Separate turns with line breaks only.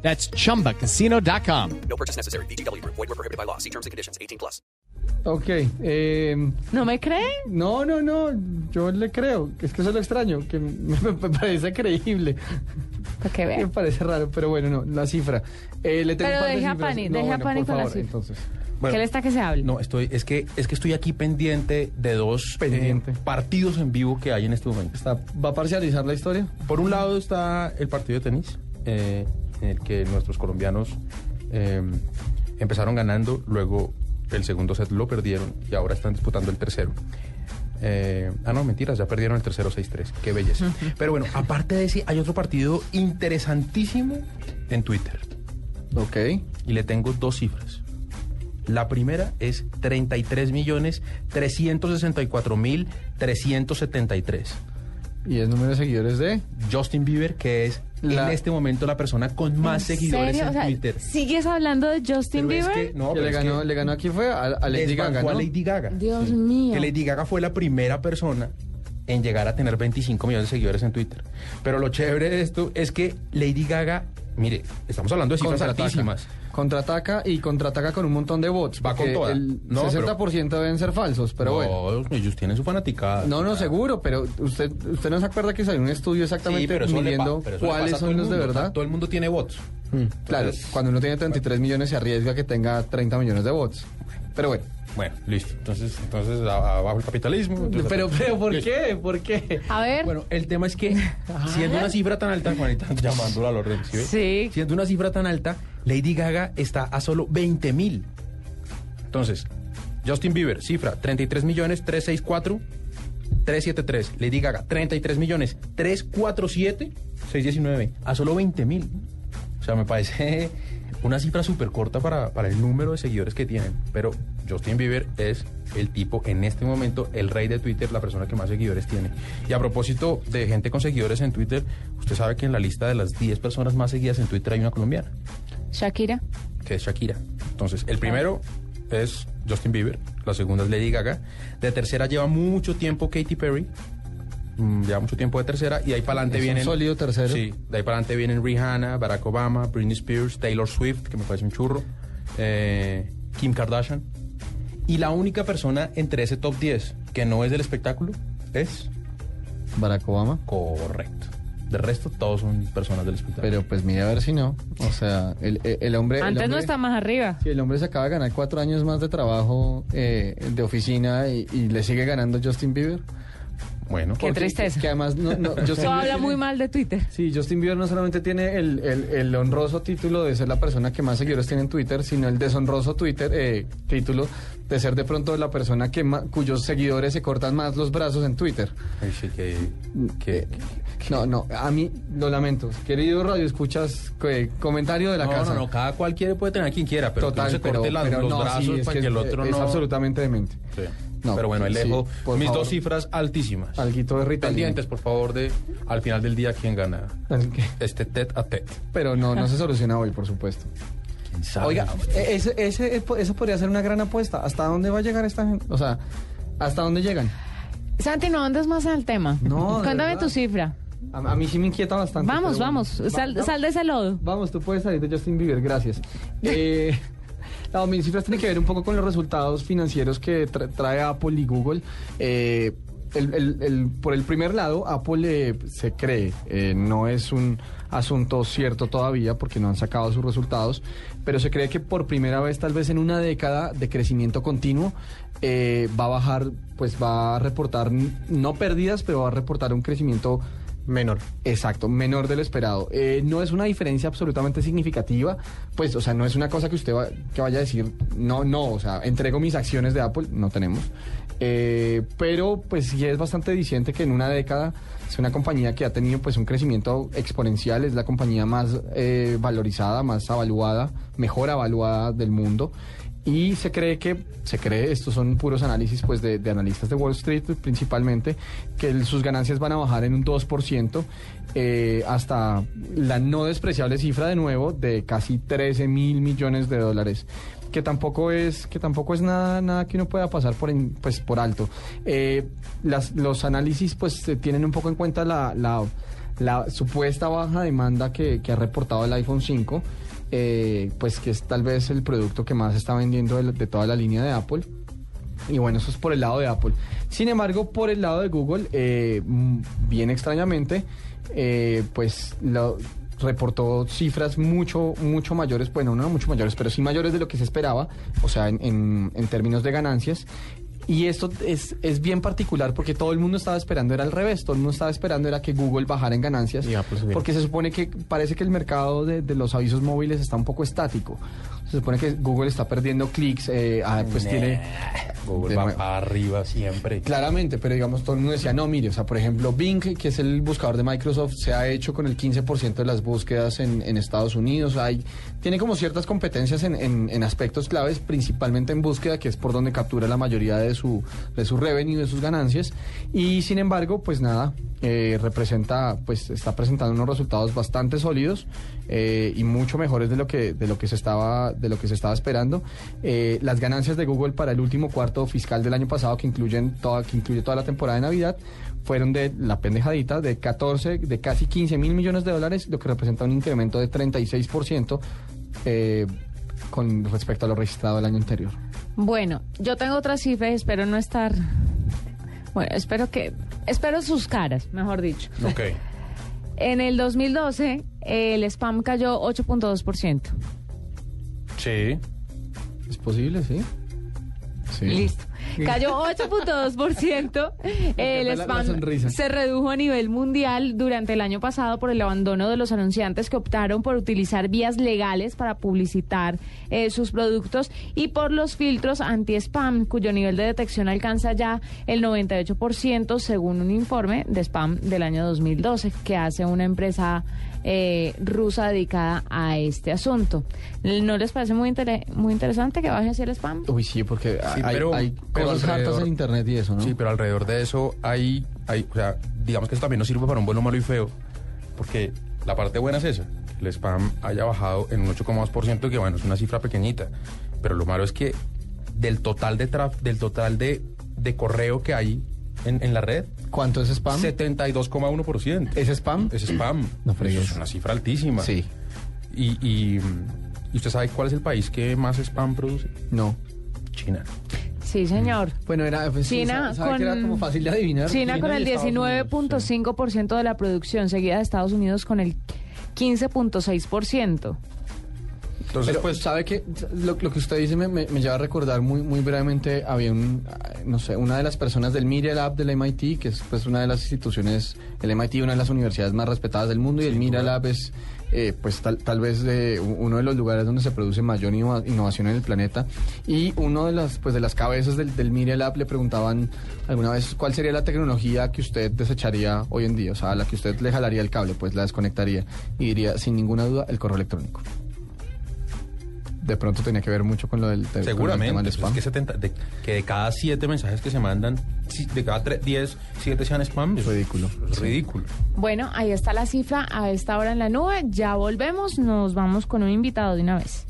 That's chumbacasino.com.
No purchase necessary. BGW. Void were prohibited by law. See terms and conditions. 18 plus.
Ok, eh,
¿No me creen?
no, no, no, yo le creo, que es que eso es lo extraño, que me, me parece creíble,
Para que
me
vean.
parece raro, pero bueno, no, la cifra. Eh, le tengo
Pero
un par de cifras.
deje a Pani,
No,
deje a
bueno,
Pani
por
con la
favor,
cifra.
entonces.
¿Qué le está que se hable?
No, estoy, es que, es que estoy aquí pendiente de dos eh,
Pendiente.
partidos en vivo que hay en este momento.
Está- ¿Va a parcializar la historia?
Por un lado está el partido de tenis, eh, en el que nuestros colombianos eh, empezaron ganando, luego el segundo set lo perdieron y ahora están disputando el tercero. Eh, ah, no, mentiras, ya perdieron el tercero 6-3. Qué belleza. Pero bueno, aparte de ese, hay otro partido interesantísimo en Twitter.
Ok.
y le tengo dos cifras. La primera es 33 millones 364 mil 373.
¿Y el número de seguidores de?
Justin Bieber, que es
La-
en este momento la persona con más
¿En
seguidores
serio?
en
O sea,
Twitter.
¿Sigues hablando de Justin
Pero es
Bieber?
que- no,
que
pero
le
es
ganó,
que
le ganó aquí fue a, a Lady
desbancó
Gaga,
a
¿no?
Lady Gaga.
Dios mío.
Que Lady Gaga fue la primera persona en llegar a tener 25 millones de seguidores en Twitter. Pero lo chévere de esto es que Lady Gaga, mire, estamos hablando de cifras
Contraataca.
altísimas.
Contraataca y contraataca con un montón de bots.
Va con
porque
toda.
El
No, pero-
60% deben ser falsos, pero bueno.
No, ellos tienen su fanaticada.
No, no,
Claro.
seguro, pero usted usted no se acuerda que salió un estudio exactamente
Sí, pero eso le pa-
midiendo
pero eso le pasa
cuáles
a todo
son
el
los de
mundo.
verdad. Mm,
Todo el mundo tiene bots.
Claro,
Entonces,
cuando uno tiene 33 millones se arriesga que tenga 30 millones de bots. Pero bueno.
Bueno, listo. Entonces, entonces a- abajo el capitalismo. entonces-
Pero, pero, ¿por
Listo.
qué? ¿Por qué?
A ver,
Bueno, el tema es que, siendo una cifra tan alta, Juanita, llamándola a los reyes, ve?
Sí.
Siendo una cifra tan alta, Lady Gaga está a solo 20 mil. Entonces, Justin Bieber, cifra 33 millones 364 373. Lady Gaga, 33 millones 347 619. A solo 20 mil. O sea, me parece una cifra súper corta para, para el número de seguidores que tienen. Pero Justin Bieber es el tipo, en este momento, el rey de Twitter, la persona que más seguidores tiene. Y a propósito de gente con seguidores en Twitter, usted sabe que en la lista de las 10 personas más seguidas en Twitter hay una colombiana
Shakira.
que es Shakira. Entonces, el primero es Justin Bieber, la segunda es Lady Gaga, de tercera lleva mucho tiempo Katy Perry, mm, lleva mucho tiempo de tercera, y ahí para adelante
Es un
vienen...
sólido tercero.
Sí, de ahí para adelante vienen Rihanna, Barack Obama, Britney Spears, Taylor Swift, que me parece un churro, eh, Kim Kardashian. Y la única persona entre ese top 10 que no es del espectáculo es...
Barack Obama.
Correcto. De resto, todos son personas del espectáculo.
Pero pues mire a ver si no. O sea, el, el- el hombre... el
Antes no
hombre-
está más arriba.
Si el hombre se acaba de ganar cuatro años más de trabajo eh, de oficina y, y le sigue ganando Justin Bieber.
bueno,
Qué tristeza.
Que además no, no, Justin
Eso
Bieber
habla
tiene-
muy mal de Twitter.
Sí, Justin Bieber no solamente tiene el, el- el honroso título de ser la persona que más seguidores tiene en Twitter, sino el deshonroso Twitter eh, título de ser de pronto la persona que ma- cuyos seguidores se cortan más los brazos en Twitter.
Ay, sí, que- que- que,
No, no, a mí lo lamento. Querido Radio Escuchas, que- comentario de la
no,
casa.
No, no, cada cual quiere, puede tener a quien quiera, pero
Total,
que no se
pero-
corte las-
pero
los
no, sí,
brazos
es
para
que
que el otro
es
no.
absolutamente demente.
Sí.
No,
pero bueno, ahí le
sí,
dejo
por
mis
favor.
dos cifras altísimas.
Alguito de Ritalin.
Pendientes, por favor, de al final del día quién gana.
Así que-
Este tet a tet.
Pero no, no se soluciona hoy, por supuesto.
¿Quién sabe?
Oiga, e- ese, ese, eso podría ser una gran apuesta. ¿Hasta dónde va a llegar esta gente? O sea, ¿hasta dónde llegan?
Santi, no andas más al tema.
No, de
Cuéntame
verdad.
tu cifra.
A, a mí sí me inquieta bastante.
Vamos,
pero bueno.
vamos.
Va-
Sal,
va-
sal de ese lodo.
Vamos, tú puedes salir de Justin Bieber, gracias. Eh, no, mis cifras tienen que ver un poco con los resultados financieros que tra- trae Apple y Google. Eh, el- el- el- por el primer lado, Apple eh, se cree, eh, no es un asunto cierto todavía porque no han sacado sus resultados, pero se cree que por primera vez, tal vez en una década de crecimiento continuo, eh, va a bajar, pues va a reportar, n- no pérdidas, pero va a reportar un crecimiento Menor. Exacto, menor de lo esperado. Eh, no es una diferencia absolutamente significativa, pues, o sea, no es una cosa que usted va- que vaya a decir, no, no, o sea, entrego mis acciones de Apple, no tenemos. Eh, pero, pues, sí es bastante diciente que en una década es una compañía que ha tenido, pues, un crecimiento exponencial, es la compañía más eh, valorizada, más avaluada, mejor avaluada del mundo. Y se cree que, se cree, estos son puros análisis pues de, de analistas de Wall Street principalmente, que el- sus ganancias van a bajar en un 2% eh, hasta la no despreciable cifra de nuevo de casi 13 mil millones de dólares. Que tampoco es, que tampoco es nada, nada que uno pueda pasar por, en- pues, por alto. Eh, las- los análisis pues eh, tienen un poco en cuenta la, la, la supuesta baja demanda que, que ha reportado el iPhone 5, eh, pues que es tal vez el producto que más está vendiendo de, la- de toda la línea de Apple. Y bueno, eso es por el lado de Apple. Sin embargo, por el lado de Google, eh, mm, bien extrañamente, eh, pues lo- reportó cifras mucho, mucho mayores, bueno, no mucho mayores, pero sí mayores de lo que se esperaba, o sea, en, en- en términos de ganancias. Y esto es, es bien particular porque todo el mundo estaba esperando, era al revés, todo el mundo estaba esperando era que Google bajara en ganancias,
Y Apple subiera.
porque que se supone que parece que el mercado de, de los avisos móviles está un poco estático. Se supone que Google está perdiendo clics, eh, ah, pues tiene...
Google
de
va
nuevo.
para arriba siempre.
Claramente, pero digamos, todo el mundo decía, no, mire, o sea, por ejemplo, Bing, que es el buscador de Microsoft, se ha hecho con el 15% de las búsquedas en, en Estados Unidos. Hay, tiene como ciertas competencias en, en- en aspectos claves, principalmente en búsqueda, que es por donde captura la mayoría de su, de su revenue, de sus ganancias. Y sin embargo, pues nada, eh, representa, pues está presentando unos resultados bastante sólidos eh, y mucho mejores de lo que de lo que se estaba de lo que se estaba esperando. Eh, las ganancias de Google para el último cuarto fiscal del año pasado, que incluyen toda que incluye toda la temporada de Navidad, fueron de la pendejadita de 14 de casi 15 mil millones de dólares, lo que representa un incremento de 36% eh, con respecto a lo registrado el año anterior.
Bueno, yo tengo otra cifra y espero no estar. Bueno, espero que. Espero sus caras, mejor dicho.
Ok.
En el 2012, el spam cayó 8.2%.
Sí.
¿Es posible, sí? Sí.
Listo. Cayó 8.2%.
la-
Eh, El
la
spam
sonrisa.
se redujo a nivel mundial durante el año pasado por el abandono de los anunciantes que optaron por utilizar vías legales para publicitar eh, sus productos y por los filtros anti-spam, cuyo nivel de detección alcanza ya el 98% según un informe de spam del año 2012 que hace una empresa eh, rusa dedicada a este asunto. ¿No les parece muy, intere- muy interesante que baje así el spam?
Uy, sí, porque hay,
pero-
hay
pero
cosas hartas
alrededor-
en internet y eso, ¿no?
Sí, pero alrededor de eso hay, hay, o sea, digamos que eso también nos sirve para un bueno, malo y feo, porque la parte buena es esa, que el spam haya bajado en un 8,2%, que bueno, es una cifra pequeñita, pero lo malo es que del total de traf, del total de, de correo que hay en, en la red,
¿Cuánto es spam?
72,1%.
¿Es spam?
Es spam.
No fregues.
Eso es una cifra altísima.
Sí.
Y, y, mm, ¿y usted sabe cuál es el país que más spam produce?
No.
China.
Sí, señor.
Bueno, era, pues, sí, sa-
China
sabe que
con-
era como fácil de adivinar.
China con
y
el
Estados Unidos,
19.5% de la producción, seguida de Estados Unidos con el 15.6%.
Entonces,
Pero,
pues,
¿sabe que Lo, lo que usted dice me, me- me lleva a recordar muy, muy brevemente, había un, eh, no sé, una de las personas del Media Lab del MIT, que es pues una de las instituciones, el MIT, una de las universidades más respetadas del mundo, y el Media Lab es, eh, pues, tal, tal vez eh, u- uno de los lugares donde se produce mayor innova- innovación en el planeta. Y uno de las, pues, de las cabezas del, del Media Lab le preguntaban alguna vez cuál sería la tecnología que usted desecharía hoy en día, o sea, la que usted le jalaría el cable, pues la desconectaría, y diría, sin ninguna duda, el correo electrónico de pronto tenía que ver mucho con lo del, con el tema
Seguramente.
del
pues,
spam.
es que, 70 de, que de cada 7 mensajes que se mandan, si- de cada 10, 7 sean spam. Es
Ridículo.
es ridículo.
Bueno, ahí está la cifra a esta hora en la nube. Ya volvemos, nos vamos con un invitado de una vez.